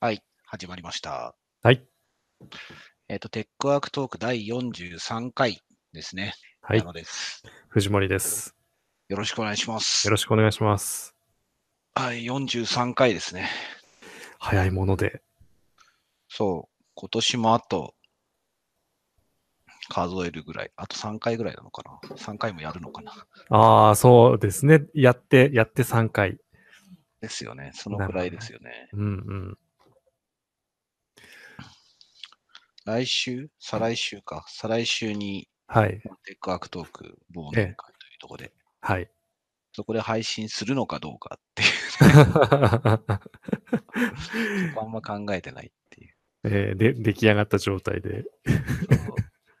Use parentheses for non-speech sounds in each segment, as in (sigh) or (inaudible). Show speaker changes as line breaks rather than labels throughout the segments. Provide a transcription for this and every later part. はい、始まりました。
はい。
えっと、テックワークトーク第43回ですね。
は
矢
い、
野です。
藤森です。
よろしくお願いしま
よ
す。
ろしくお願いします。
はい、43回ですね。
早いもので。
そう、今年もあと数えるぐらい、あと3回ぐらいなのかな。3回もやるのかな。
ああ、そうですね。やって、やって3回。
ですよね。その
な
く
るほ
ら
ど
い
ね。
ですよね。
うんうん。
来週、再来週か。再来週に、
はい。
まあテックワークトーク忘
え
年
え、
会というところで、
はい。 (laughs)
そこで配信するのかどうかっていうね、そこあんま考えてないっていう。
えーで、出来上がった状態で。
そう。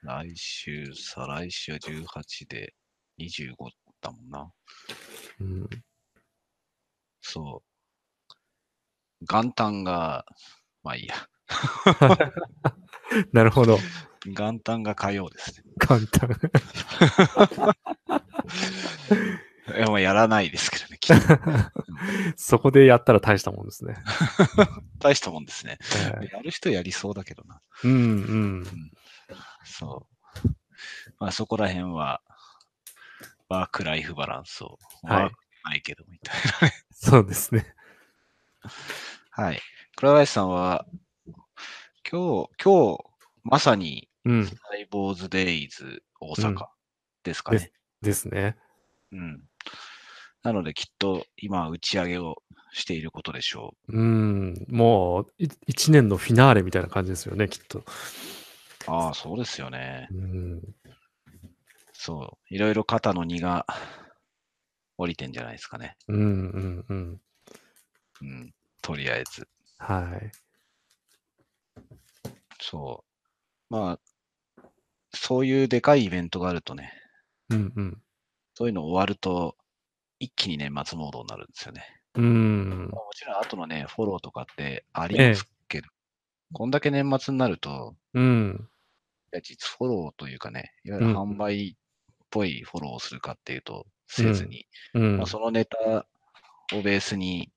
(laughs) 来週、再来週は18で25だもんな。
うん、
そう。元旦が、まあいいや。
なるほど。
元旦が火曜ですね。
簡単。
いや、まあやらないですけ
(laughs)
どね、きっと。うん
そこでやったら大したもんですね。
大したもんですね。
ええ
やる人やりそうだけどな。
うんう。
うんん、そう。まあそこら辺は、ワークライフバランスを、ワ
は
ー
い。
クないけど、みたいな。
そうですね。
はい。倉林さんは、今日、今日、まさに、
う
サ
ん。
イボーズデイズ大
うん。
阪ですか
です、
ね。
ですね。
うん。なので、きっと、今、打ち上げをしていることでしょう。
うん。もう、い一年のフィナーレみたいな感じですよね、きっと。
ああ、そうですよね。
うん。
そう。いろいろ肩の荷が降りてんじゃないですかね。
うんうんうん。
うん。とりあえず。
はい。
そう。まあ、そういうでかいイベントがあるとね、
うんうん。
そういうの終わると、一気に年末モードになるんですよね。
うーん。
まあもちろん、後のね、フォローとかってありま
ええ。
すけど、こんだけ年末になると、
うん。
いや、実フォローというかね、いわゆ
う
る
ん。
販売っぽいフォローをするかっていうと、
う
せず
ん。
に、
う
まあ、そ
ん。
のネタをベースに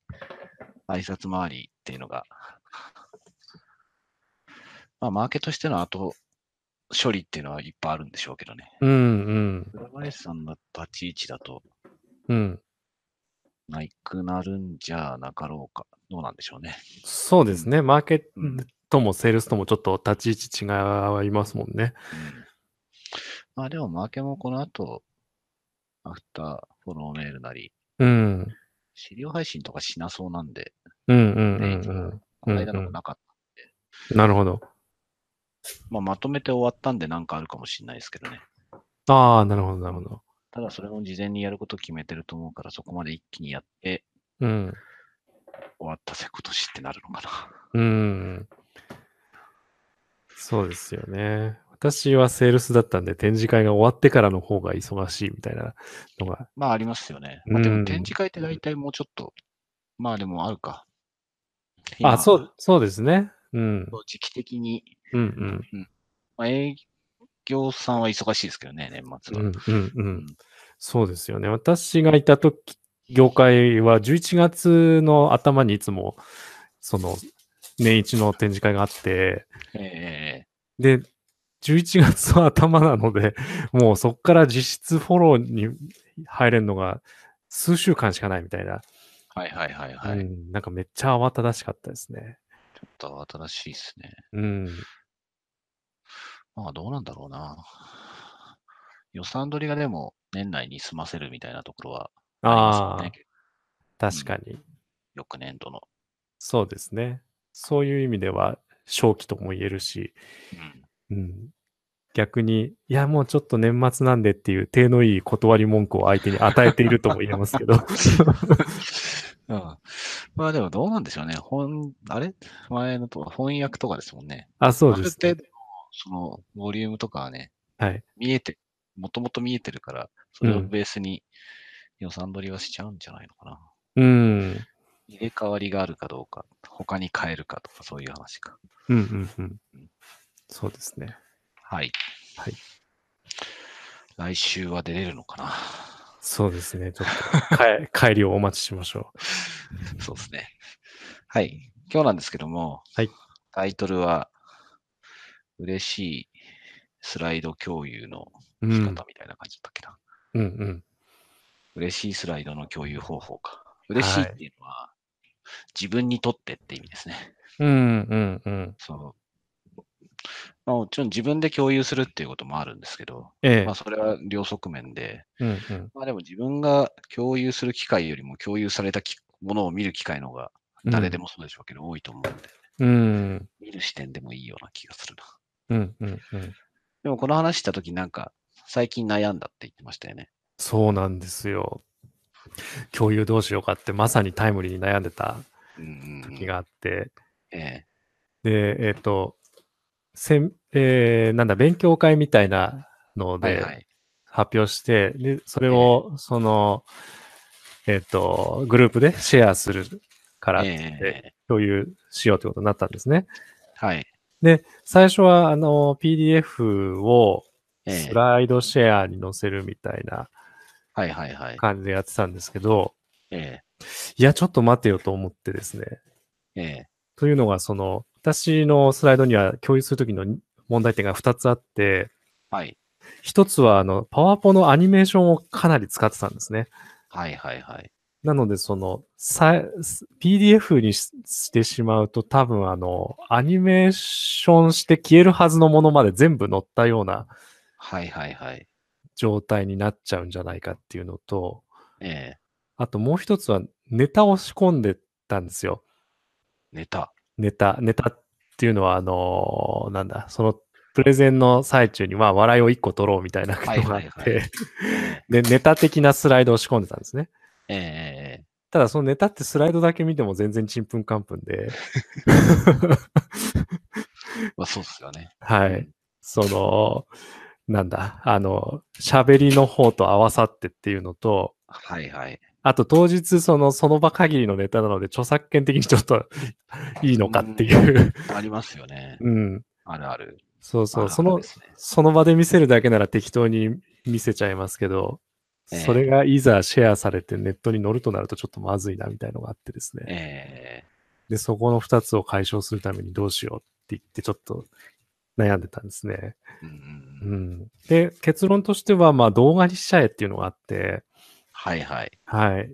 挨拶回りっていうのが、まあ、マーケとしての後処理っていうのはいっぱいあるんでしょうけどね。
うん。うん。
浦林さんの立ち位置だと、
うん。
なくなるんじゃなかろうか。どうなんでしょうね。
そうで
う
す
ん。
ね。マーケ
うん。
ットもセールスともちょっと立ち位置違いますもんね。
うん。まあでも、マーケもこの後、アフターフォローメールなり、
うん。
資料配信とかしなそうなんで、
うんうん
デイズ
う
が、
ん
こ
う
の
ん。
間
う
の
ん
がなかったんで、
うん。なるほど。
まあ、まとめて終わったんでなんかあるかもしれないですけどね。
ああ、なるほど、な
う
るほ
ん。
ど。
ただ、それも事前にやることを決めてると思うから、そこまで一気にやって
うん。
終わったぜ、今年ってなるのかな。 (laughs)
うん。そうですよね。私はセールスだったんで、展示会が終わってからの方が忙しいみたいなのが。
まあ、ありますよね。
う
まあ、でも展
ん。
示会って大体もうちょっと、まあでもあるか。
あ、
今、
そう、そうですね。うん。
時期的に、
うんうん。
うん。まあ、営業さんは忙しいですけどね、年末
う
は。
んうんう。
うんん。
そうですよね。私がいたとき、業界は11月の頭にいつも、その、年一の展示会があって、
ええ
で、11月の頭なので、もうそこから実質フォローに入れるのが数週間しかないみたいな。
はいはいはいは
う
い。
ん、なんかめっちゃ慌ただしかったですね。
ちょっと新しいですね。
うん。
まあどうなんだろうな。予算取りがでも年内に済ませるみたいなところはありますもんね。
ああ、
う
確
ん。
かに。
翌年度の。
そうですね。そういう意味では、正気とも言えるし、
うん。
うん、逆に、いや、もうちょっと年末なんでっていう、手のいい断り文句を相手に与えているとも言えます
(laughs)
け
う
ど。
ん。まあでもどうなんでしょうね。本、あれ前のとは翻訳とかですもんね。
あ、そう
あ
で
る
す
程
ね。
度の、その、ボリュームとかはね、
はい。
見えて、もともと見えてるから、そうれを
ん。
ベースに予算取りはしちゃうんじゃないのかな。
うん。
入れ替わりがあるかどうか、他に変えるかとか、そういう話か。
うんうんうん。
うん
そうですね。
はい。
はい。
来週は出れるのかな。 (laughs)
そうですね。ちょっと、帰帰りをお待ちしましょう。
そうですね。はい。今日なんですけども、
はい
タイトルは、嬉しいスライド共有の
う
仕
ん
方みたいな感じだったっけな。
うんうん。
嬉しいスライドの共有方法か。嬉しいっていうのは、自分にとってって意味ですね。
うんうんうん。
そう。まあ、もちろん自分で共有するっていうこともあるんですけど、
ええ
まあ、。それは両側面で、
うんうん
まあ、でも自分が共有する機会よりも共有されたきものを見る機会の方が
うん。
誰でもそうでしょうけど、多いと思うんで、
うん。
見る視点でもいいような気がするな。
うんうんうん。
でもこの話したときなんか、最近悩んだって言ってましたよね。
そうなんですよ。共有どうしようかってまさにタイムリーに悩んでた
うんうんう
時
ん。
があって、
ええ
で、えっ、と、せんえーなんだ、勉強会みたいなの
はい
で
はい。
発表して、で、それを、その、えっ、と、グループでシェアするから
ええ
共有しようということになったんですね。
はい。
で、最初は、あの、PDF を
ええ
スライドシェアに載せるみたいな
はいはいはい。
感じでやってたんですけど、
ええ
いや、ちょっと待てよと思ってですね。
ええ
というのが、その、私のスライドには共有するときの問題点が2つあって、
はい。
一つは、あの、パワポのアニメーションをかなり使ってたんですね。
はいはいはい。
なので、その、さ PDF にししてしまうと、多分、あの、アニメーションして消えるはずのものまで全部載ったような
はいはいはい。
状態になっちゃうんじゃないかっていうのと、
ええ
あともう一つは、ネタを仕込んでたんですよ。
ネタ。
ネタ、ネタっていうのは、あの、なんだ、その、プレゼンの最中に、まあ、笑いを一個取ろうみたいなのがあって、
はいはいは
で、ネタ的なスライドを仕込んでたんですね。
えええ
ただそのネタってスライドだけ見ても全然ちんぷんかんぷん
(laughs)
で、
えまあ、そうですよね。
はい。その、なんだ、あの、喋りの方と合わさってっていうのと、
はいはい。
あと当日その、その場限りのネタなので著作権的にちょっといいのかっていう。
ありますよね。
うん。
あるある。
そうそ
あ
う。
るあ
そ
る
の
で、すね
その場で見せるだけなら適当に見せちゃいますけど、
ええ
それがいざシェアされてネットに載るとなるとちょっとまずいなみたいのがあってですね。
ええ
で、そこの2つを解消するためにどうしようって言って、ちょっと悩んでたんですね。
うんう
うん
うん
ん。で、結論としては、まあ動画にしちゃえっていうのがあって、
はいはい。
はい。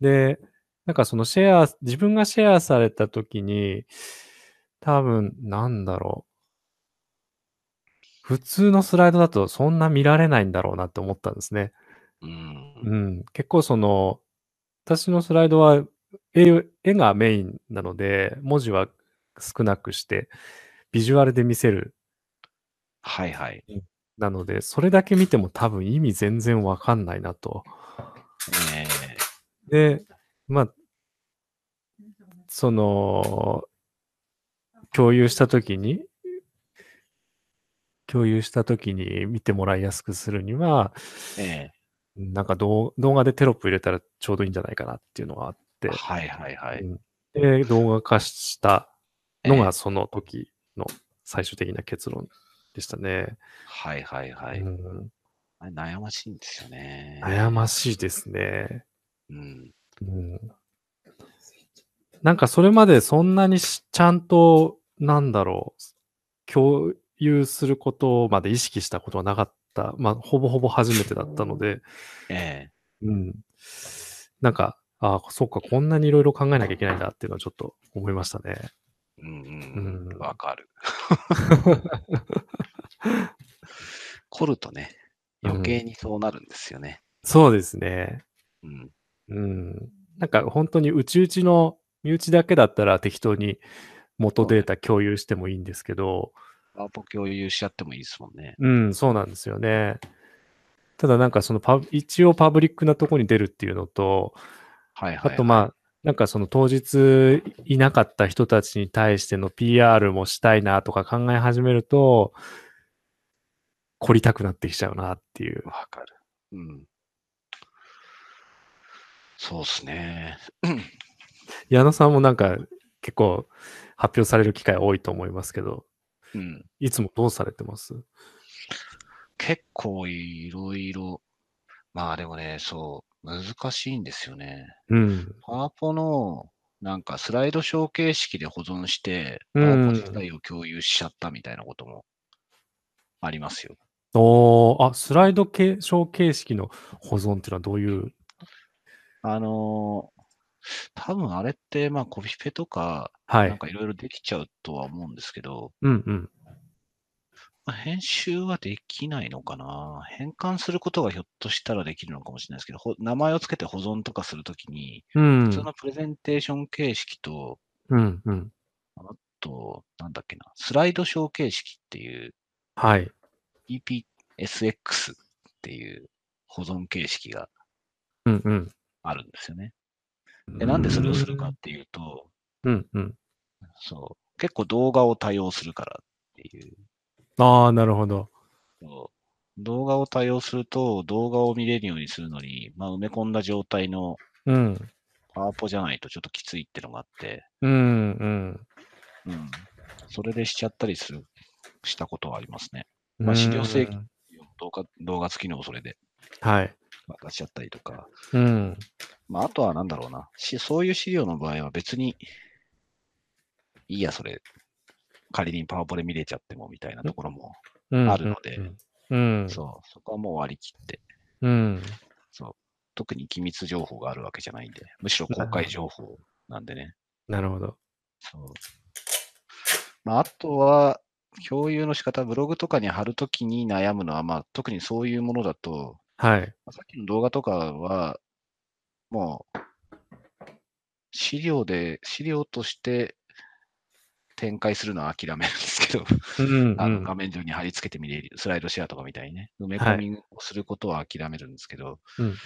で、なんかそのシェア、自分がシェアされた時に、多分、なんだろう。普通のスライドだとそんな見られないんだろうなって思ったんですね。
うん。
うん。結構その、私のスライドは絵絵がメインなので、文字は少なくして、ビジュアルで見せる。
はいはい。
なので、それだけ見ても多分意味全然わかんないなと。
ええ
で、まあ、その、共有したときに、共有したときに見てもらいやすくするには、
え
なんか動動画でテロップ入れたらちょうどいいんじゃないかなっていうのがあって
え。はいはいはい。
で、動画化したの
え
がその時の最終的な結論でしたね。
はいはいはい。
うん
あれ悩ましいんですよね。
悩ましいですね。
うん。
うんなんかそれまでそんなにしちゃんと、なんだろう、共有することまで意識したことはなかった。まあ、ほぼほぼ初めてだったので、
ええ
うん。なんか、ああ、そっか、こんなにいろいろ考えなきゃいけないんだっていうのはちょっと思いましたね。
うんうんう。
うんん
わかる。
(laughs)
凝るとね、余計にそうなるんですよね。
そうですね。
うん。
うん。なんか本当にうちうちの身内だけだったら適当に元データ共有してもいいんですけど、
パワポ共有しちゃってもいいですもんね。
うん、そうなんですよね。ただなんかそのパブ、一応パブリックなとこに出るっていうのと、
はいはい、
あ
はい。
とまあ、なんかその当日いなかった人たちに対しての PR もしたいなとか考え始めると、凝りたくなってきちゃうなっていう。
わかる。うん。そうですね。
矢野さんもなんか結構発表される機会多いと思いますけど、
うん。
いつもどうされてます
結構いろいろ。まあでもね、そう、難しいんですよね。
うん。
パワポのなんかスライドショー形式で保存して、
う
パ
ん
ワポ自体を共有しちゃったみたいなこともありますよ。
おーあ、スライド形小形式の保存っていうのはどういう。
あのー多分あれって、まあコピペとか、な
は
ん
い。
かいろいろできちゃうとは思うんですけど、
うんうん。
まあ編集はできないのかな変換することがひょっとしたらできるのかもしれないですけど、ほ名前をつけて保存とかするときに、
う
普通
ん。
のプレゼンテーション形式と、
うんうん。
と、なんだっけな、スライドショー形式っていう、
はい。
EPSX っていう保存形式が
うんうん。
あるんですよね。でなんでそれをするかっていうと、
うんうん。
そう、結構動画を多用するからっていう。
ああ、なるほど。
そう動画を多用すると、動画を見れるようにするのに、まあ、埋め込んだ状態の
うん。
パワポじゃないとちょっときついってのがあって、
うんうん。
うん。それでしちゃったりする、したことはありますね。
ま
まあ資料請求動画動画付きのをそれで
はい。
渡しちゃったりとか、
うん。
まあ、あとはなんだろうな。しそういう資料の場合は別に、いいや、それ。仮にパワポで見れちゃってもみたいなところも、
うん
あるので。
うん。
そう、そこはもう割り切って、
うん。
そう。特に機密情報があるわけじゃないんで、むしろ公開情報なんでね。
なるほど。
そう。まあ、あとは、共有の仕方、ブログとかに貼るときに悩むのは、まあ、特にそういうものだと、
はい。
まあさっきの動画とかは、もう、資料で、資料として展開するのは諦めるんですけど、
うんう
あの
ん
画面上に貼り付けて見れる、スライドシェアとかみたいにね、埋め込みをすることは諦めるんですけど、
うんうん。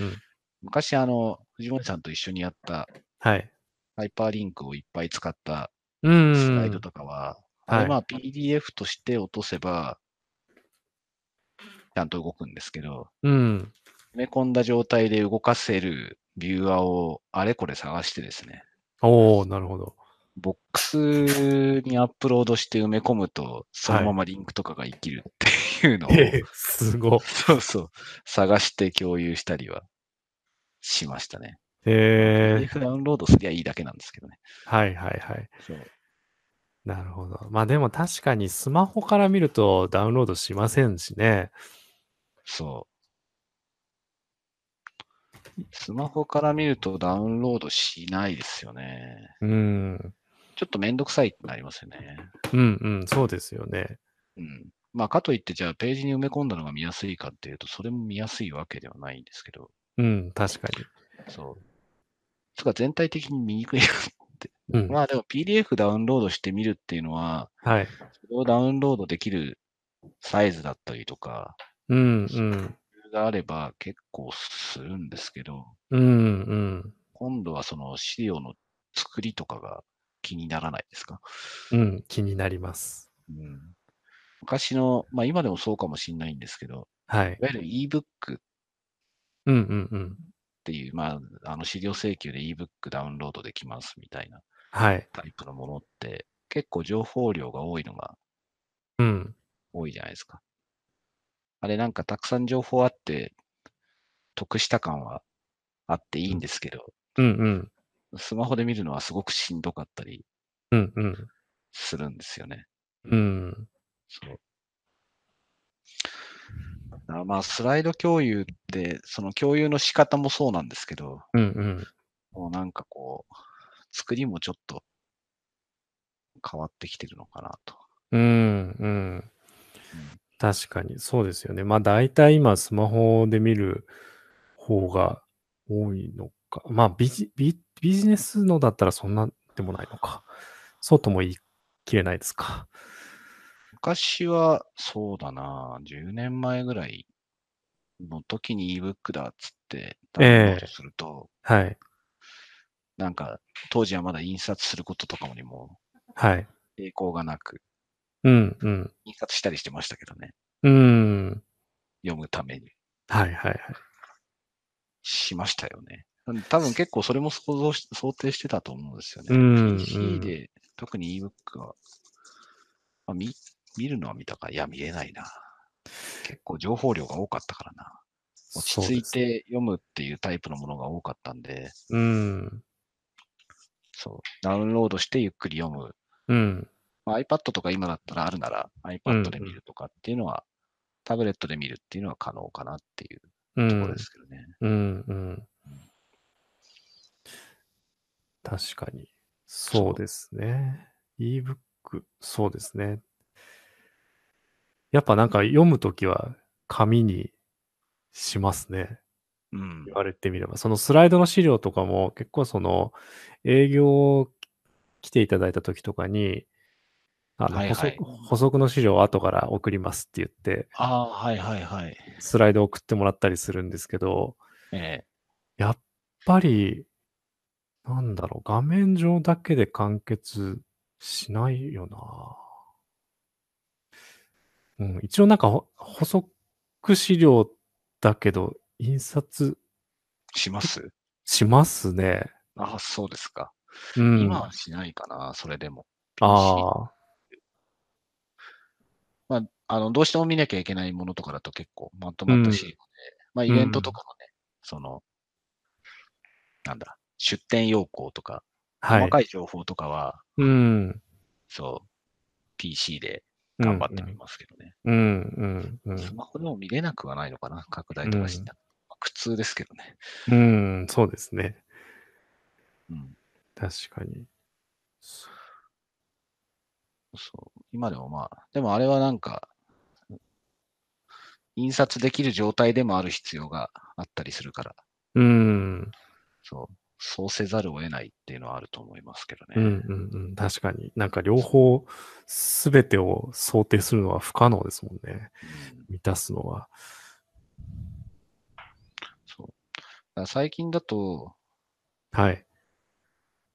昔、あの、藤森さんと一緒にやった
はい。
ハイパーリンクをいっぱい使った
うん。
スライドとかは、あ
は
れ
い
まあ PDF として落とせば、ちゃんと動くんですけど、
うん。
埋め込んだ状態で動かせるビューアーをあれこれ探してですね、
おおなるほど。
ボックスにアップロードして埋め込むと、そのままリンクとかが生きるっていうのを、
え (laughs) すごい。
そうそう、探して共有したりはしましたね。
え
PDF ダウンロードすりゃいいだけなんですけどね。
ー、はいはいはい。
そう
なるほど。まあでも確かにスマホから見るとダウンロードしませんしね。
そう。スマホから見るとダウンロードしないですよね。
うん。
ちょっとめんどくさいってなりますよね。
うんうん、そうですよね。
うん。まあ、かといって、じゃあ、ページに埋め込んだのが見やすいかっていうと、それも見やすいわけではないんですけど、
うん、確か
そう。とか、全体的に見にくいなって。
に。うん。
まあ、でも PDF ダウンロードしてみるっていうのは、
はい。
それをダウンロードできるサイズだったりとか、
うんうん。
があれば結構するんですけど、
うんうん。
今度はその資料の作りとかが気にならないですか
うん、気になります。
うん。昔の、まあ今でもそうかもしれないんですけど、
は
い。
い
わゆる ebook
うんうんうん。
っていう、まあ、あの資料請求で ebook ダウンロードできますみたいな
はい。
タイプのものって、結構情報量が多いのが
うん。
多いじゃないですか。あれなんかたくさん情報あって、得した感はあっていいんですけど、
うんうん。
スマホで見るのはすごくしんどかったり
うんうん。
するんですよね。
うん。
そう。だからまあ、スライド共有って、その共有の仕方もそうなんですけど、
うんうん。
もうなんかこう、作りもちょっと変わってきてるのかなと。
うんうん。確かに、そうですよね。まあ大体今スマホで見る方が多いのか。まあビジビビジネスのだったらそんなでもないのか。そうとも言い切れないですか。
昔は、そうだな、10年前ぐらいの時に ebook だっつって、ダウンロードすると、
はい。
なんか、当時はまだ印刷することとかにも
はい。
抵抗がなく、
うんうん。
印刷したりしてましたけどね、
うん。
読むために。
はいはいはい。
しましたよね。うん多分結構それも想像し想定してたと思うんですよね。
うん
PC
うん
で、特に ebook は、まあ見、見るのは見たか、いや、見れないな。結構情報量が多かったからな。落ち
そう
着い
です。
て読むっていうタイプのものが多かったんで、
うん。
そう、ダウンロードしてゆっくり読む。
うん。
まあ、iPad とか今だったらあるなら iPad で見るとかっていうのは、タブレットで見るっていうのは可能かなっていう
うん。
ところですけどね。
うんうん。確かに。そうですね。ebook、そうですね。やっぱなんか読むときは紙にしますね。
うん
言。われてみれば。そのスライドの資料とかも結構その営業来ていただいたときとかに、あの
はい
補
は
足
い
補足の資料を後から送りますって言って、
ああ、はいはいはい。
スライド送ってもらったりするんですけど、
え
やっぱり、なんだろう、画面上だけで完結しないよな。うん、一応なんかほ補足資料だけど、印刷
えします
しますね。
ああ、そうですか。
うん。
今はしないかな、それでも。
ああ、
まあ、あの、どうしても見なきゃいけないものとかだと結構まとまった資料で、まあ、イベントとかのね、その、なんだ、出店要項とか、
は
細
い。
かい情報とかは、
うん。
そう、PC で頑張ってみますけどね。
うん、うん、うん
スマホでも見れなくはないのかな、拡大とかしたら。まあ苦痛ですけどね。
うん。うん、そうですね。
うん。
確かに。
そう。今でもまあ、でもあれはなんか、印刷できる状態でもある必要があったりするから、
うん。
そう、そうせざるを得ないっていうのはあると思いますけどね。
うんうんうん、確かに。なんか両方、すべてを想定するのは不可能ですもんね。
うん
満たすのは。
そうだから最近だと、
はい。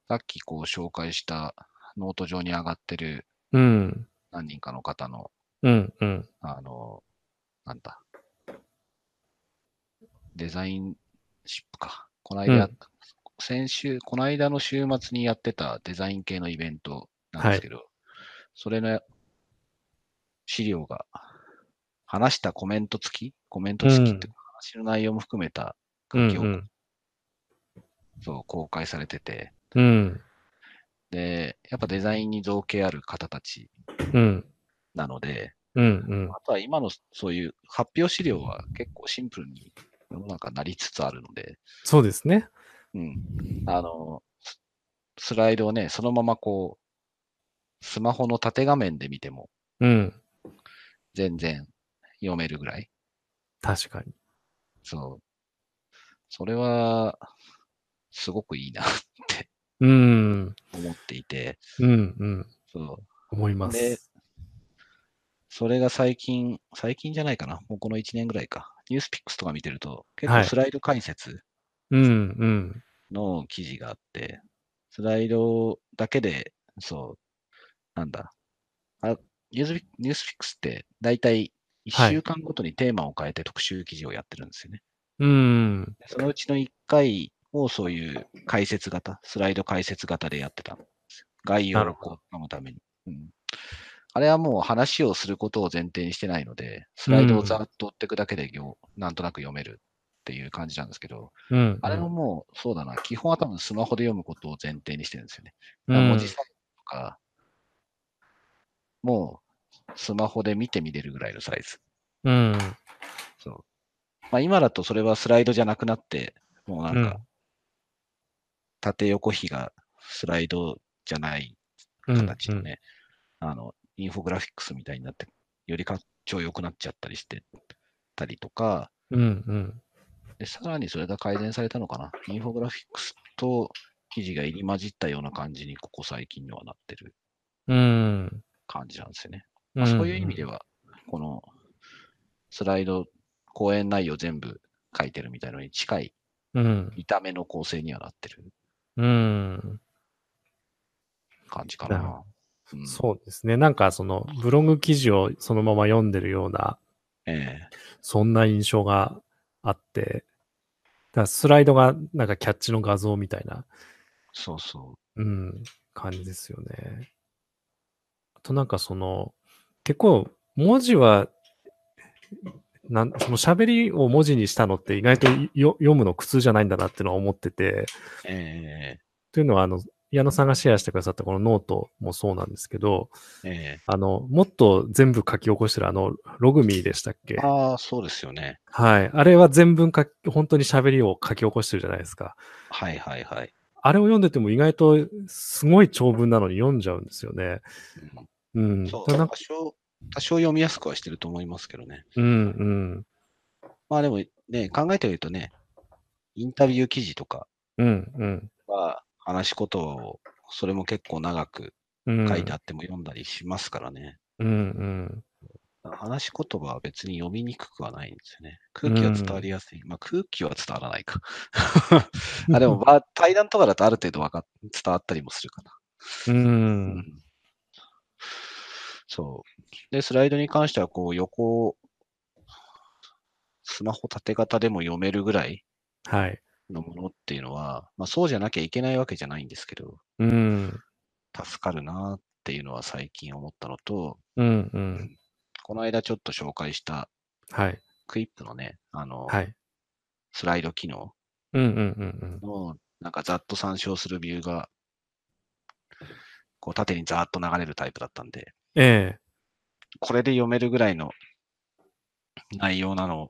さっきこう紹介したノート上に上がってる
うん。
何人かの方の、
うんうん。
あの、なんだ、デザインシップか。この間、
うん
先週、この間の週末にやってたデザイン系のイベントなんですけど、それの資料が、話したコメント付きコメント付きっていうか話の内容も含めた
う
書
ん
きを、
うん。
そう公開されてて、
うん。
で、やっぱデザインに造形ある方たち
うん。
なので、
うんうん。
あとは今のそういう発表資料は結構シンプルに世の中になりつつあるので、
そうですね。
うん。あの、ススライドをね、そのままこう、スマホの縦画面で見ても
うん。
全然読めるぐらい。
確かに。
そう。それは、すごくいいな (laughs) って
うん。
思っていて、
うんうん。
そう。
思いま。
ですそれが最近、最近じゃないかな。もうこの1年ぐらいか。ニュースピックスとか見てると、結
は
構
い
スライド解説
うんうん。
の記事があって、スライドだけで、そう、なんだ。あニュースピニュースピックスって、だいたい
は
1
い
週間ごとにテーマを変えて特集記事をやってるんですよね。
うん。
そのうちの1回をそういう解説型、スライド解説型でやってたんですよ。概要
なる
を
ほど
こう読むために。うんあれはもう話をすることを前提にしてないので、スライドをざーっと追っていくだけで行、なんとなく読めるっていう感じなんですけど、
うん。
あれももうそうだな、基本は多分スマホで読むことを前提にしてるんですよね。
う
文
ん
字。サイズとか、もうスマホで見てみれるぐらいのサイズ。
うん。
そう。まあ今だとそれはスライドじゃなくなって、もうなん
うん
か、縦横比がスライドじゃない
うん
形のね、あの、インフォグラフィックスみたいになって、よりかっちょよくなっちゃったりしてたりとか、
うんうん。
でさらにそれが改善されたのかな。インフォグラフィックスと記事が入り混じったような感じに、ここ最近のはなってる
うん。
感じなんですよね。
う
まあ
ん。
そういう意味では、このスライド、講演内容全部書いてるみたいのに近い
うん。
見た目の構成にはなってる
うん。
感じか
なる
な。うん
そうですね。なんかそのブログ記事をそのまま読んでるような、
え
そんな印象があって、だからスライドがなんかキャッチの画像みたいな、
えそうそ
うん、感じですよね。あとなんかその、結構文字は、なんその喋りを文字にしたのって意外とよ読むの苦痛じゃないんだなっていうのは思ってて、
う。ええ
というのは、あの、矢野さんがシェアしてくださったこのノートもそうなんですけど、
え
あの、もっと全部書き起こしてるあの、ログミーでしたっけ
えああ、そうですよね。
はい。あれは全文書き、本当に喋りを書き起こしてるじゃないですか。
はいはいはい。
あれを読んでても意外とすごい長文なのに読んじゃうんですよね。うん。
そう
ただな
多
んか
少、多少読みやすくはしてると思いますけどね。
うんうん。
まあでもね、考えてみるとね、インタビュー記事とか
うんうん。
は話しことを、それも結構長く
うん、
書いてあっても読んだりしますからね。
うんうん。
話し言葉は別に読みにくくはないんですよね。空気は伝わりやすい。まあ空気は伝わらないか。 (laughs) あでも、まあ、対談とかだとある程度わかっ伝わったりもするかな。
う。
うんんそう。で、スライドに関しては、こう、横を、スマホ縦型でも読めるぐらい
はい。
のものっていうのは、まあ、そうじゃなきゃいけないわけじゃないんですけど、
うん。
助かるなっていうのは最近思ったのと、
うんうん。
この間ちょっと紹介した
はい。
クイップのね、あの、
はい。
スライド機能
うんうんうん
の、なんかざっと参照するビューが、こう縦にざーっと流れるタイプだったんで、
うん。え
これで読めるぐらいの内容なの、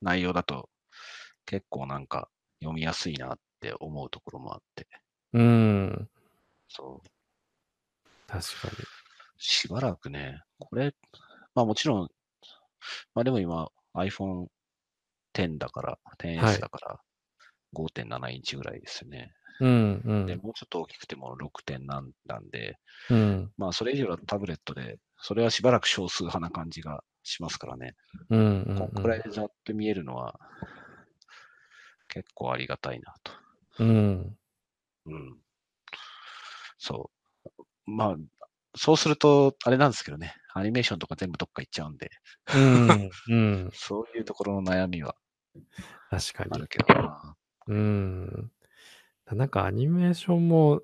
内容だと結構なんか読みやすいなって思うところもあって、
えうん。
そう、
確かに。
しばらくね、これ、まあもちろん、まあでも今 iPhone X だから、
はい
10S だから、5.7インチぐらいですよね。
うんう
で、
ん。
もうちょっと大きくても 6. 点なんなんで、
うん。
まあそれ以上だとタブレットで、それはしばらく少数派な感じがしますからね。
うんうんうん。
こんくらいでざっと見えるのは、結構ありがたいなと。
うん。
うん。そう。まあ、そうすると、あれなんですけどね、アニメーションとか全部どっか行っちゃうんで、
うん。うん。
そういうところの悩みは
確か
あ
に
る。けどな。
うん。なんかアニメーションも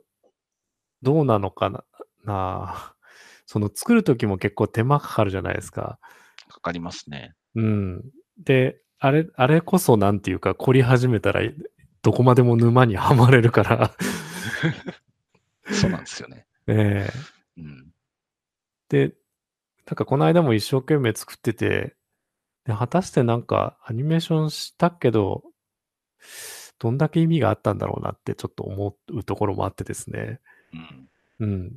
どうなのかな。なあ (laughs) その作るときも結構手間かかるじゃないですか。
かかりますね。
うん。で、あれ、あれこそなんていうか凝り始めたらどこまでも沼にはまれるから。 (laughs)
そうなんですよね。
ええ
うん。
で、なんかこの間も一生懸命作ってて、で果たしてなんかアニメーションしたけど、どんだけ意味があったんだろうなってちょっと思うところもあってですね。
うん。
うん。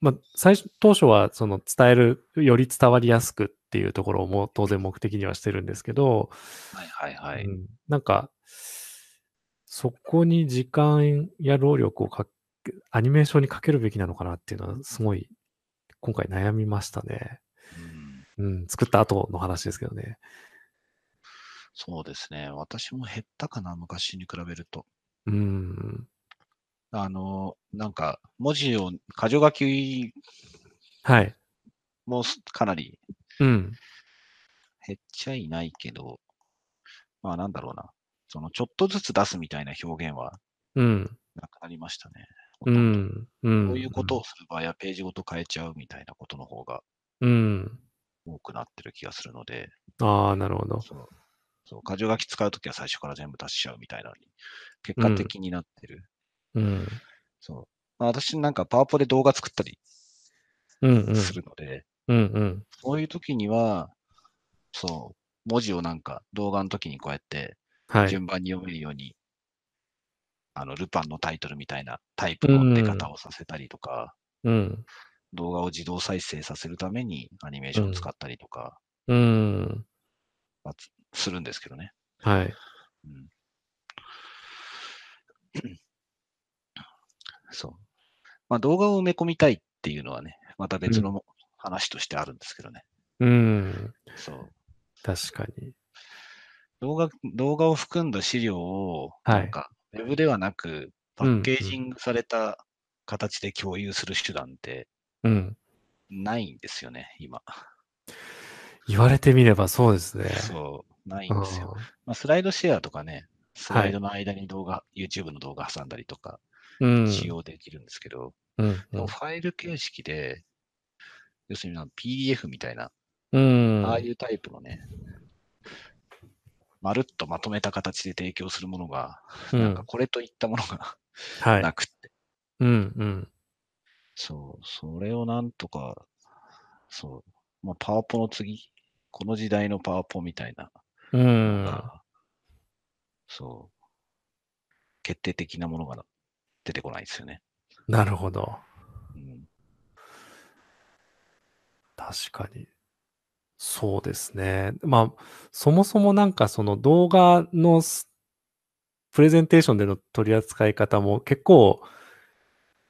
まあ、最初、当初はその伝える、より伝わりやすくっていうところも当然目的にはしてるんですけど、
はいはいはい。
うんなんか、そこに時間や労力をかけ、アニメーションにかけるべきなのかなっていうのは、すごい、今回悩みましたね。
うん
うん、作った後の話ですけどね。
そうですね。私も減ったかな、昔に比べると。
うん。
あの、なんか、文字を、箇条書き
はい。
もすかなり
うん。
減っちゃいないけど、まあなんだろうな、そのちょっとずつ出すみたいな表現は
うん。
なくなりましたね。
う
ほとんど
ん。うん。
こういうことをする場合はページごと変えちゃうみたいなことの方が
うん。
多くなってる気がするので、
ああ、なるほど。
そう、そう箇条書き使うときは最初から全部出しちゃうみたいなのに、結果的になってる。
うん。
そう。まあ、私なんかパワポで動画作ったり
うん。うん。
するので、
うん。うん。
そういうときには、そう、文字をなんか動画のときにこうやって、
はい。
順番に読めるように、あの、ルパンのタイトルみたいなタイプの出方をさせたりとか、
うん。
動画を自動再生させるためにアニメーションを使ったりとか
うん。
はつするんですけどね。
はい。
うん、そう。まあ、動画を埋め込みたいっていうのはね、また別の話としてあるんですけどね。
うん。
そう。
確かに。
動画、動画を含んだ資料を、
はい
なんか、ウェブではなく、パ
うん
ッケージングされた形で共有する手段って
うん。
ないんですよね、今。
言われてみればそうですね。
そう、ないんですよ。まあ、スライドシェアとかね、スライドの間に動画、YouTube の動画挟んだりとか
うん。うん
使用できるんですけど、
うん
でもファイル形式で、要するになんか PDF みたいな、
うん。
ああいうタイプのね、まるっとまとめた形で提供するものが、
うん
なんかこれといったものが (laughs)
はい。
なくって、
うん、うん。
そう、それをなんとか、そう、まあ、パワポの次、この時代のパワポみたいな、
うん。
そう、決定的なものが出てこないですよね。
なるほど。
うん、
確かに。そうですね。まあ、そもそもなんかその動画のスプレゼンテーションでの取り扱い方も結構、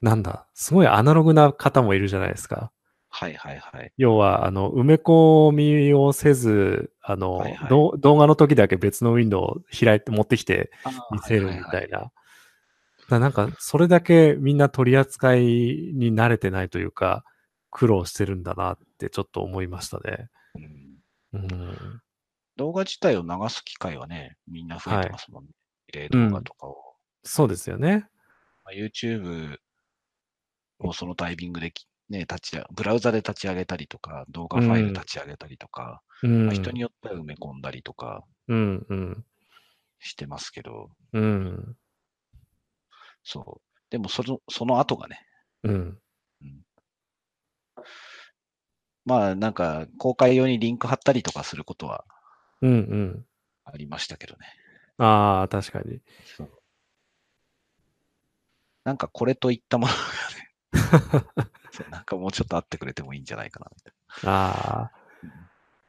なんだ、すごいアナログな方もいるじゃないですか。
はいはいはい。
要は、あの、埋め込みをせず、あの、
はいはい
ど動画の時だけ別のウィンドウを開いて持ってきて見せるみ
は
た
い。
いな。だなんか、それだけみんな取り扱いに慣れてないというか、苦労してるんだなってちょっと思いましたね。
うん
うん。
動画自体を流す機会はね、みんな増えてますもんね。リレ
う
ー
ん
動画とかを。
そうですよね。
まあ YouTube をそのタイミングでき、ね、立ち上ブラウザで立ち上げたりとか、動画ファイル立ち上げたりとか、
うん。
まあ人によっては埋め込んだりとか
うん、うん。
してますけど、
うん。
そう。でもその、その後がね、
うん。
まあなんか公開用にリンク貼ったりとかすることは
うん、うん。
ありましたけどね。
ああ、確かに。
そうなんかこれといったものがね、
(laughs)
そうなんかもうちょっとあってくれてもいいんじゃないかなみたい
ああ。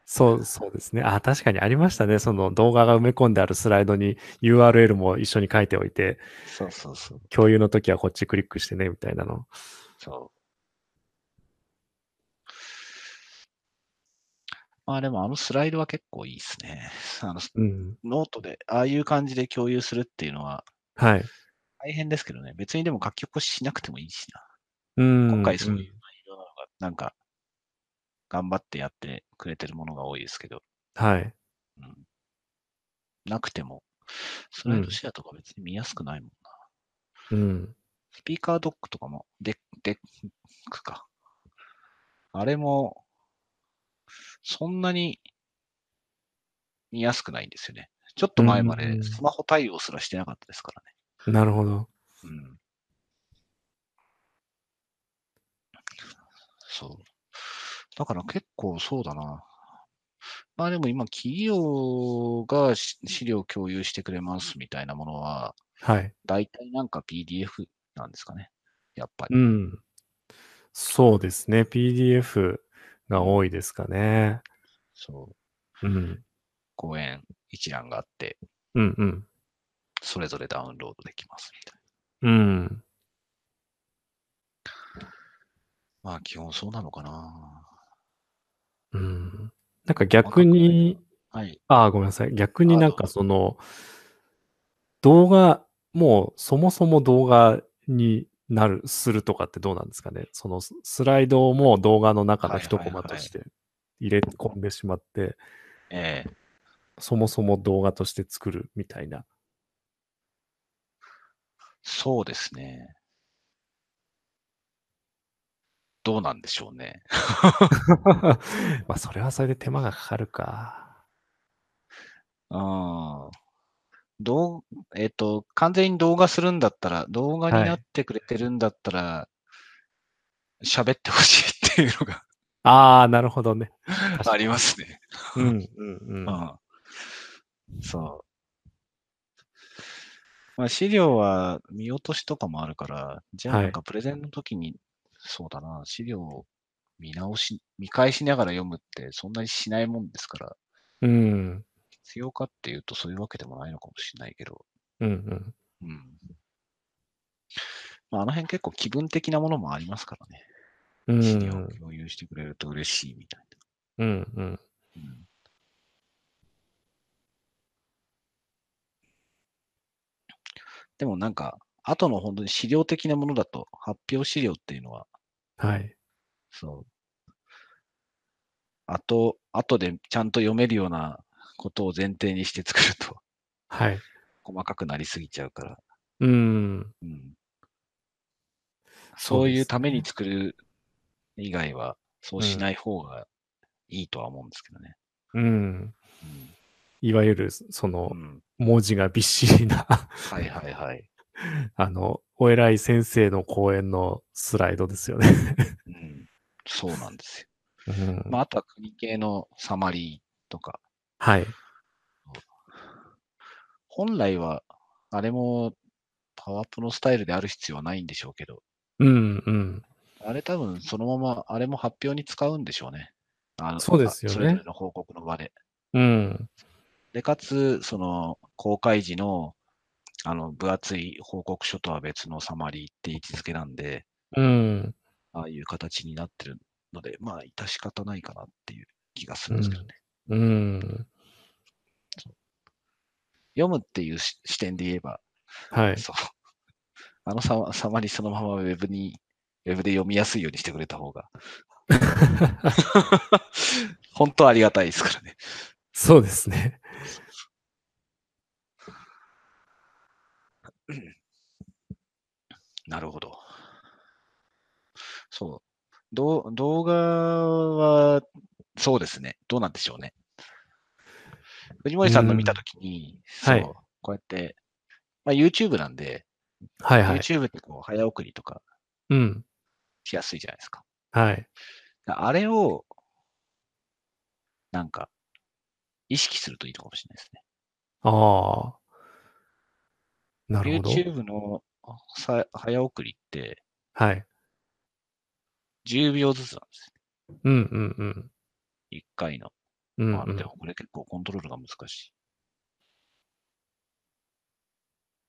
そう、そうですね。ああ、確かにありましたね。その動画が埋め込んであるスライドに URL も一緒に書いておいて、
な。そうそうそう。
共有の時はこっちクリックしてね、みたいなの。
そう。まあでもあのスライドは結構いいですね。 (laughs) あの
うん。
ノートでああいう感じで共有するっていうのは
はい。
大変ですけどね。別にでも書き起こししなくてもいいし
うん。
な。今回そういう内
ん
容なのが、なんか頑張ってやってくれてるものが多いですけど、
はい。
うん、なくてもスライドシェアとか別に見やすくないもんな。
うん。
スピーカードックとかも、デック、デックか。あれも、そんなに見やすくないんですよね。ちょっと前ま
うんうんう
で
ん
スマホ対応すらしてなかったですから
なるほど。
ね。うん。そう。だから結構そうだな。まあでも今企業がし資料共有してくれますみたいなものは、
はい。
大体なんか PDF なんですかね。やっぱり。
うん。そうですね。PDF が多いですかね。
そう。
うん。
公演一覧があって、
うんうん。
それぞれダウンロードできますみたい
うん。
な。まあ、基本そうなのかな。
うん。なんか逆に、
はい。
ああ、ごめんなさい。逆になんかその、動画、もうそもそも動画になる、するとかってどうなんですかね。そのススライドをもう動画の中の一コマとして入れ込んでしまって、
ええ
そもそも動画として作るみたい (laughs) な。
そうですね。どうなんでしょうね。
まあ、それはそれで手間がかかるか。
うん。どう、えっ、と、完全に動画するんだったら、動画になってくれてるんだったら、喋ってほしいっていうのが
ああ、なるほどね。
ありますね。
うん、うん、うん。
うんそう。まあ、資料は見落としとかもあるから、じゃあ
はい
なんかプレゼンの時に、そうだな、資料を見直し、見返しながら読むってそんなにしないもんですから、
うん、
必要かっていうとそういうわけでもないのかもしれないけど、
うん、うん。
うん。まあ、あの辺結構気分的なものもありますからね。
うん、
資料を共有してくれると嬉しいみたい
うん、うん。
な。うんでもなんか、後の本当に資料的なものだと、発表資料っていうのは、
はい。
そう。後、後でちゃんと読めるようなことを前提にして作ると、 (laughs)
はい。
細かくなりすぎちゃうから、
うん。
うん、そういうために作る以外は、そうしない方がいいとは思うんですけどね。
うん。いわゆる、その
う、ん、
文字がびっしりな (laughs)
はいはいはい。
あの、お偉い先生の講演のスライドですよね。
うん、そうなんですよ。
うん
まあ、あとは国系のサマリーとか、
はい。
本来は、あれもパワープロスタイルである必要はないんでしょうけど、
うんうん。
あれ多分そのまま、あれも発表に使うんでしょうね。あの
そうですよね
それぞれの報告の場で。
うん。
で、かつ、その、公開時の、あの、分厚い報告書とは別のサマリーって位置づけなんで、
うん。
ああいう形になってるので、まあ、致し方ないかなっていう気がするんですけどね。
うん。
読むっていうし視点で言えば、
はい。
そう。 (laughs) あのサマサマリーそのままウェブに、ウェブで読みやすいようにしてくれた方
(laughs)
が、本当ありがたいですからね。
そうですね。
なるほど。そう。どう動画は、そうですね。どうなんでしょうね。藤森さんの見たときに、そう、
はい
こうやって、まあ、YouTube なんで、
はいはい。
YouTube ってこう早送りとか
うん。
しやすいじゃないですか。
はい。
あれを、なんか、意識するといいのかもしれないですね。
ああ。なるほど。
YouTube のさ早送りって
はい。
10秒ずつなんです
うんうんうん。
よ。1回の。
うん
まあ、
うん
でもこれ結構コントロールが難しい。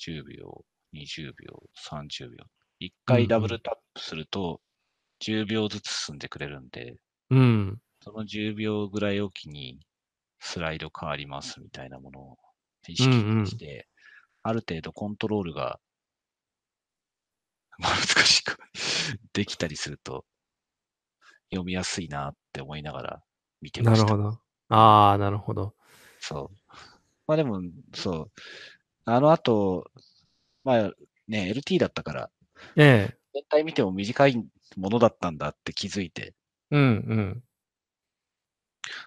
10秒、20秒、30秒。1
うんう
回
ん
ダブルタップすると10秒ずつ進んでくれるんで、
うん。
その10秒ぐらいおきにスライド変わりますみたいなものを意識して、ある程度コントロールが、 (laughs) まあ、難しくできたりすると読みやすいなって思いながら見てま
な
し
る
た。
ほど。ああ、なるほど。
そう。まあでも、そう。あの後、まあね、LT だったから、
ええ。
全体見ても短いものだったんだって気づいて、
うんうん。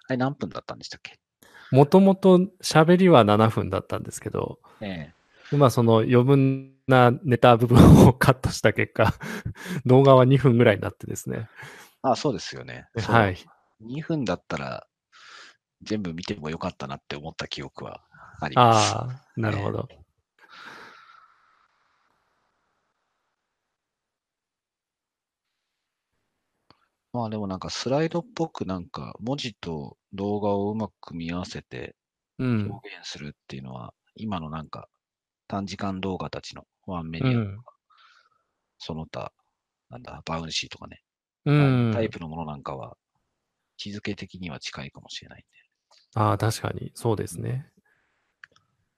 あれ何分だったんでしたっけ
もともと喋りは7分だったんですけど、
ね
まあその余分なネタ部分をカットした結果、 (laughs) 動画は2分ぐらいになってですね。
え。あそうですよね。そう
は。い。
2分だったら、全部見てもよかったなって思った記憶はあります。
ああ、なるほど。
まあでもなんかスライドっぽくなんか文字と動画をうまく組み合わせて
うん。
表現するっていうのは、今のなんか短時間動画たちのワンメデ
う
ィア
ん。
その他、なんだ、バウンシーとかね、
う
ああいうんタイプのものなんかは、位置づけ的には近いかもしれないんで、
ああ、確かに。そうですね。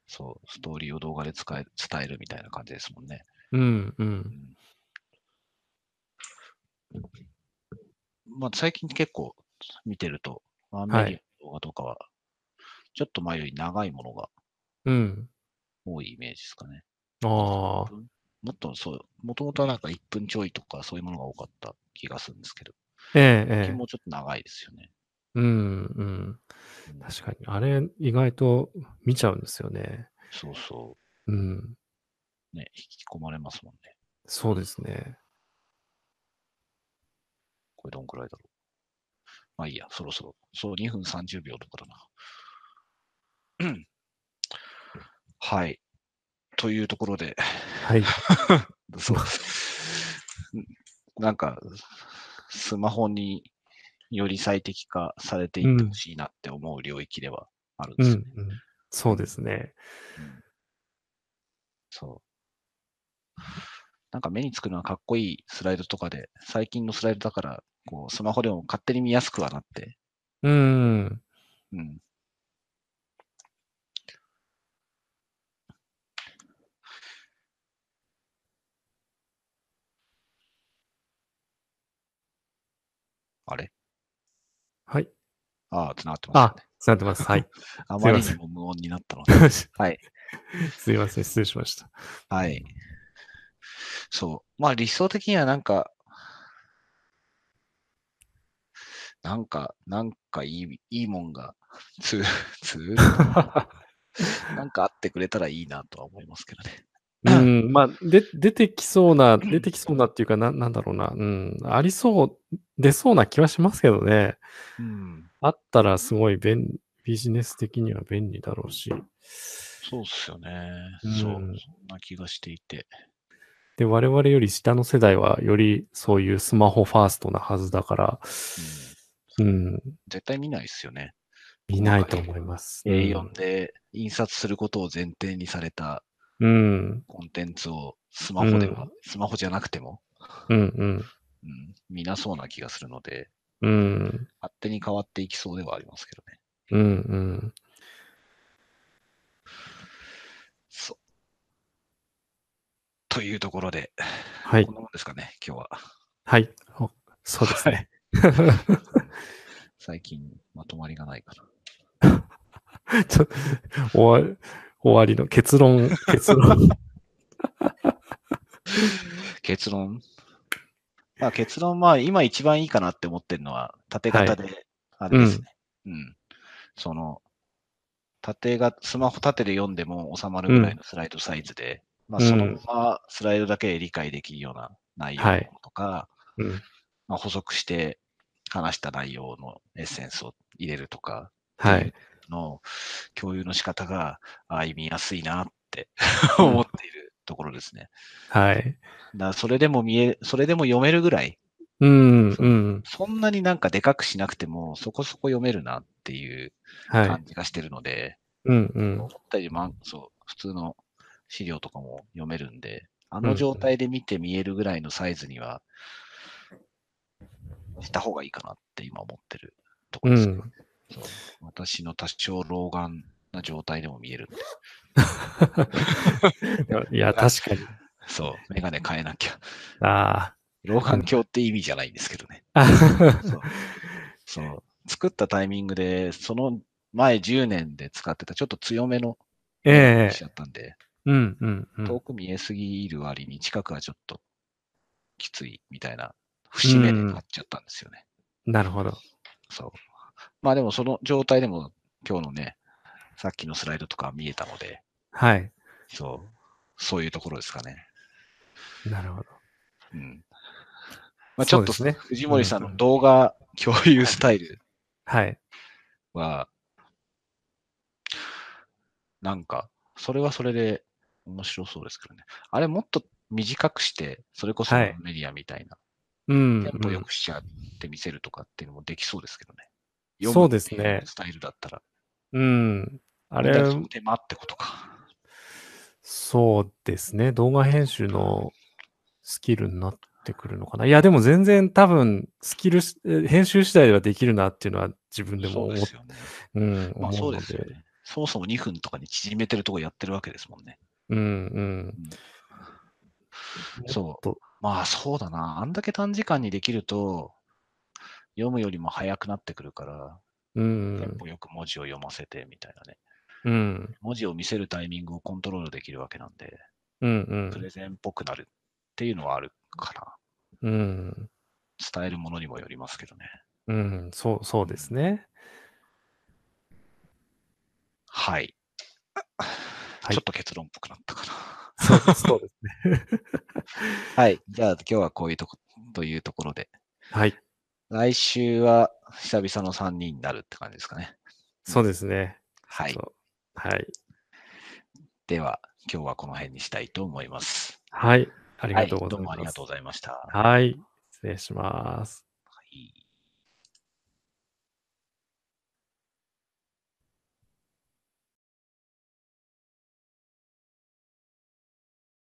そう、ストーリーを動画で使え伝えるみたいな感じですもんね。
うん、
う
う。
んんまあ、最近結構見てると、アンメディアの動画とかは、ちょっと前より長いものが
うん。
多いイメージですかね。
ああ、
もっとそう、もともとはなんか1分ちょいとかそういうものが多かった気がするんですけど、最
ええ、
近
ええ。
もうちょっと長いですよね。
うん、うん。
うん
確かに。あれ、意外と見ちゃうんですよね。
そうそ
うん。
う、ね、引き込まれますもんね。
そうですね。
これどんくらいだろう。まあいいや、そろそろ。そう、2分30秒とかだな。うんはい。というところで、 (laughs)
はい。
そう。なんか、スマホにより最適化されていってほしいなって思う領域ではあるんで
うん、
す
う
よね。
ん。そうですね。
そう。なんか目につくのはかっこいいスライドとかで、最近のスライドだから、こう、スマホでも勝手に見やすくはなって、
うん。
うん。あれ
はい。
ああ、つながってま
あ、つながってます。はい。
す、ね。あまり
す
に
い
も無音になったので。
(laughs)
はい。
すいません。失礼しました。
はい。そう。まあ理想的にはなんか、なんか、なんかいい、いいもんが、 (laughs) つ、つ、なんかあってくれたらいいなとは思いますけどね。
うん、まあ、で、出てきそうな、出てきそうなっていうか、な、なんだろうな。うん、ありそう、出そうな気はしますけどね。
うん。
あったらすごい便、ビジネス的には便利だろうし。
そうっすよね。
うん
そう。そんな気がしていて。
で、我々より下の世代は、よりそういうスマホファーストなはずだから、
うん、
うん、
絶対見ないっすよね。
見ないと思います。
A4 で印刷することを前提にされた
うん、
コンテンツをスマホでは、
う
スマホじゃなくても、
うん、うん、
うん、見なそうな気がするので、
うん、
勝手に変わっていきそうではありますけどね。
うん、うん。
そう。というところで、
はい
こん、なもんですかね、今日は。
はい。おそうですね。
最近まとまりがないから。
ちょ終わ終わりの
(laughs)
結論、結論。
結論。まあ結論、まあ今一番いいかなって思ってるのは、縦型で、あれですね。うん、その、縦が、スマホ縦で読んでも収まるぐらいのスライドサイズで、まあ
うん
そのままスライドだけで理解できるような内容
はい
とか、
うん
まあ補足して話した内容のエッセンスを入れるとか
はい。
の共有の仕方が、ああ、意味やすいなって
うん
(laughs) 思っているところですね。
はい。
だからそれでも見え、それでも読めるぐらい、
うん、うん。
そんなになんかでかくしなくても、そこそこ読めるなっていう
は
感
い。
じがしてるので、
うん、うん
思。ったよりまあそう、普通の資料とかも読めるんで、あの状態で見て見えるぐらいのサイズには、した方がいいかなって今思ってるとこ
う
ろですね。
ん。
そう私の多少老眼な状態でも見えるんで。
いや、確かに。
そう、メガネ変えなきゃ。
あ
老眼鏡って意味じゃないんですけどね。
あ。
(laughs)
(laughs)
そう。そう作ったタイミングで、その前10年で使ってたちょっと強めの
ええ
しちゃったんで、
うん、うん、う
遠
ん。
く見えすぎる割に近くはちょっときついみたいな節目で買っちゃったんですよね。
なるほど。
そう。まあでもその状態でも今日のね、さっきのスライドとか見えたので、
はい。
そう、そういうところですかね。
なるほど。
うん。まあ、ち
そ
ょっ
うで
と
すね
藤森さん
うんう
の
ん
動画共有スタイル
はい。
は、なんか、それはそれで面白そうですけどね。あれもっと短くして、それこそ
はい
メディアみたいな、
うん、
テンポよ
う
くしちゃって見せるとかっていうのもできそうですけどね。
ん。
読
そう
む
ですね。
スタイルだったら。
うん。あ
あ
れ、
手間ってことか。
そうですね。動画編集のスキルになってくるのかな。いや、でも全然多分、スキルし、え編集次第ではできるなっていうのは自分でも
そう
思
で
っ
すよね。
うん、
まあ
思
そうう
の
で
で。
すよね。そもそも2分とかに縮めてるとこやってるわけですもんね。
うん、うん。
そう。
と
まあそうだな。あんだけ短時間にできると、読むよりも早くなってくるから、
う
テン
ん、
ポよく文字を読ませてみたいなね。
うん、
文字を見せるタイミングをコントロールできるわけなんで、
うん、
プレゼンっぽくなるっていうのはあるかな。
うん、うん、
伝えるものにもよりますけどね。
うん、そう、そうですね。
はい。
い
ちょっと結論っぽくなったかな。
そう、そうですね。
はい。じゃあ今日はこういうとこというところで。
(laughs) はい、
来週は久々の3人になるって感じですかね。
そうですね。
はい
そ。う。はい。
では、今日はこの辺にしたいと思います。
はい。あ
あ
りがとうご
ど
ざいます。
うもありがとうございました。
はい。失礼します。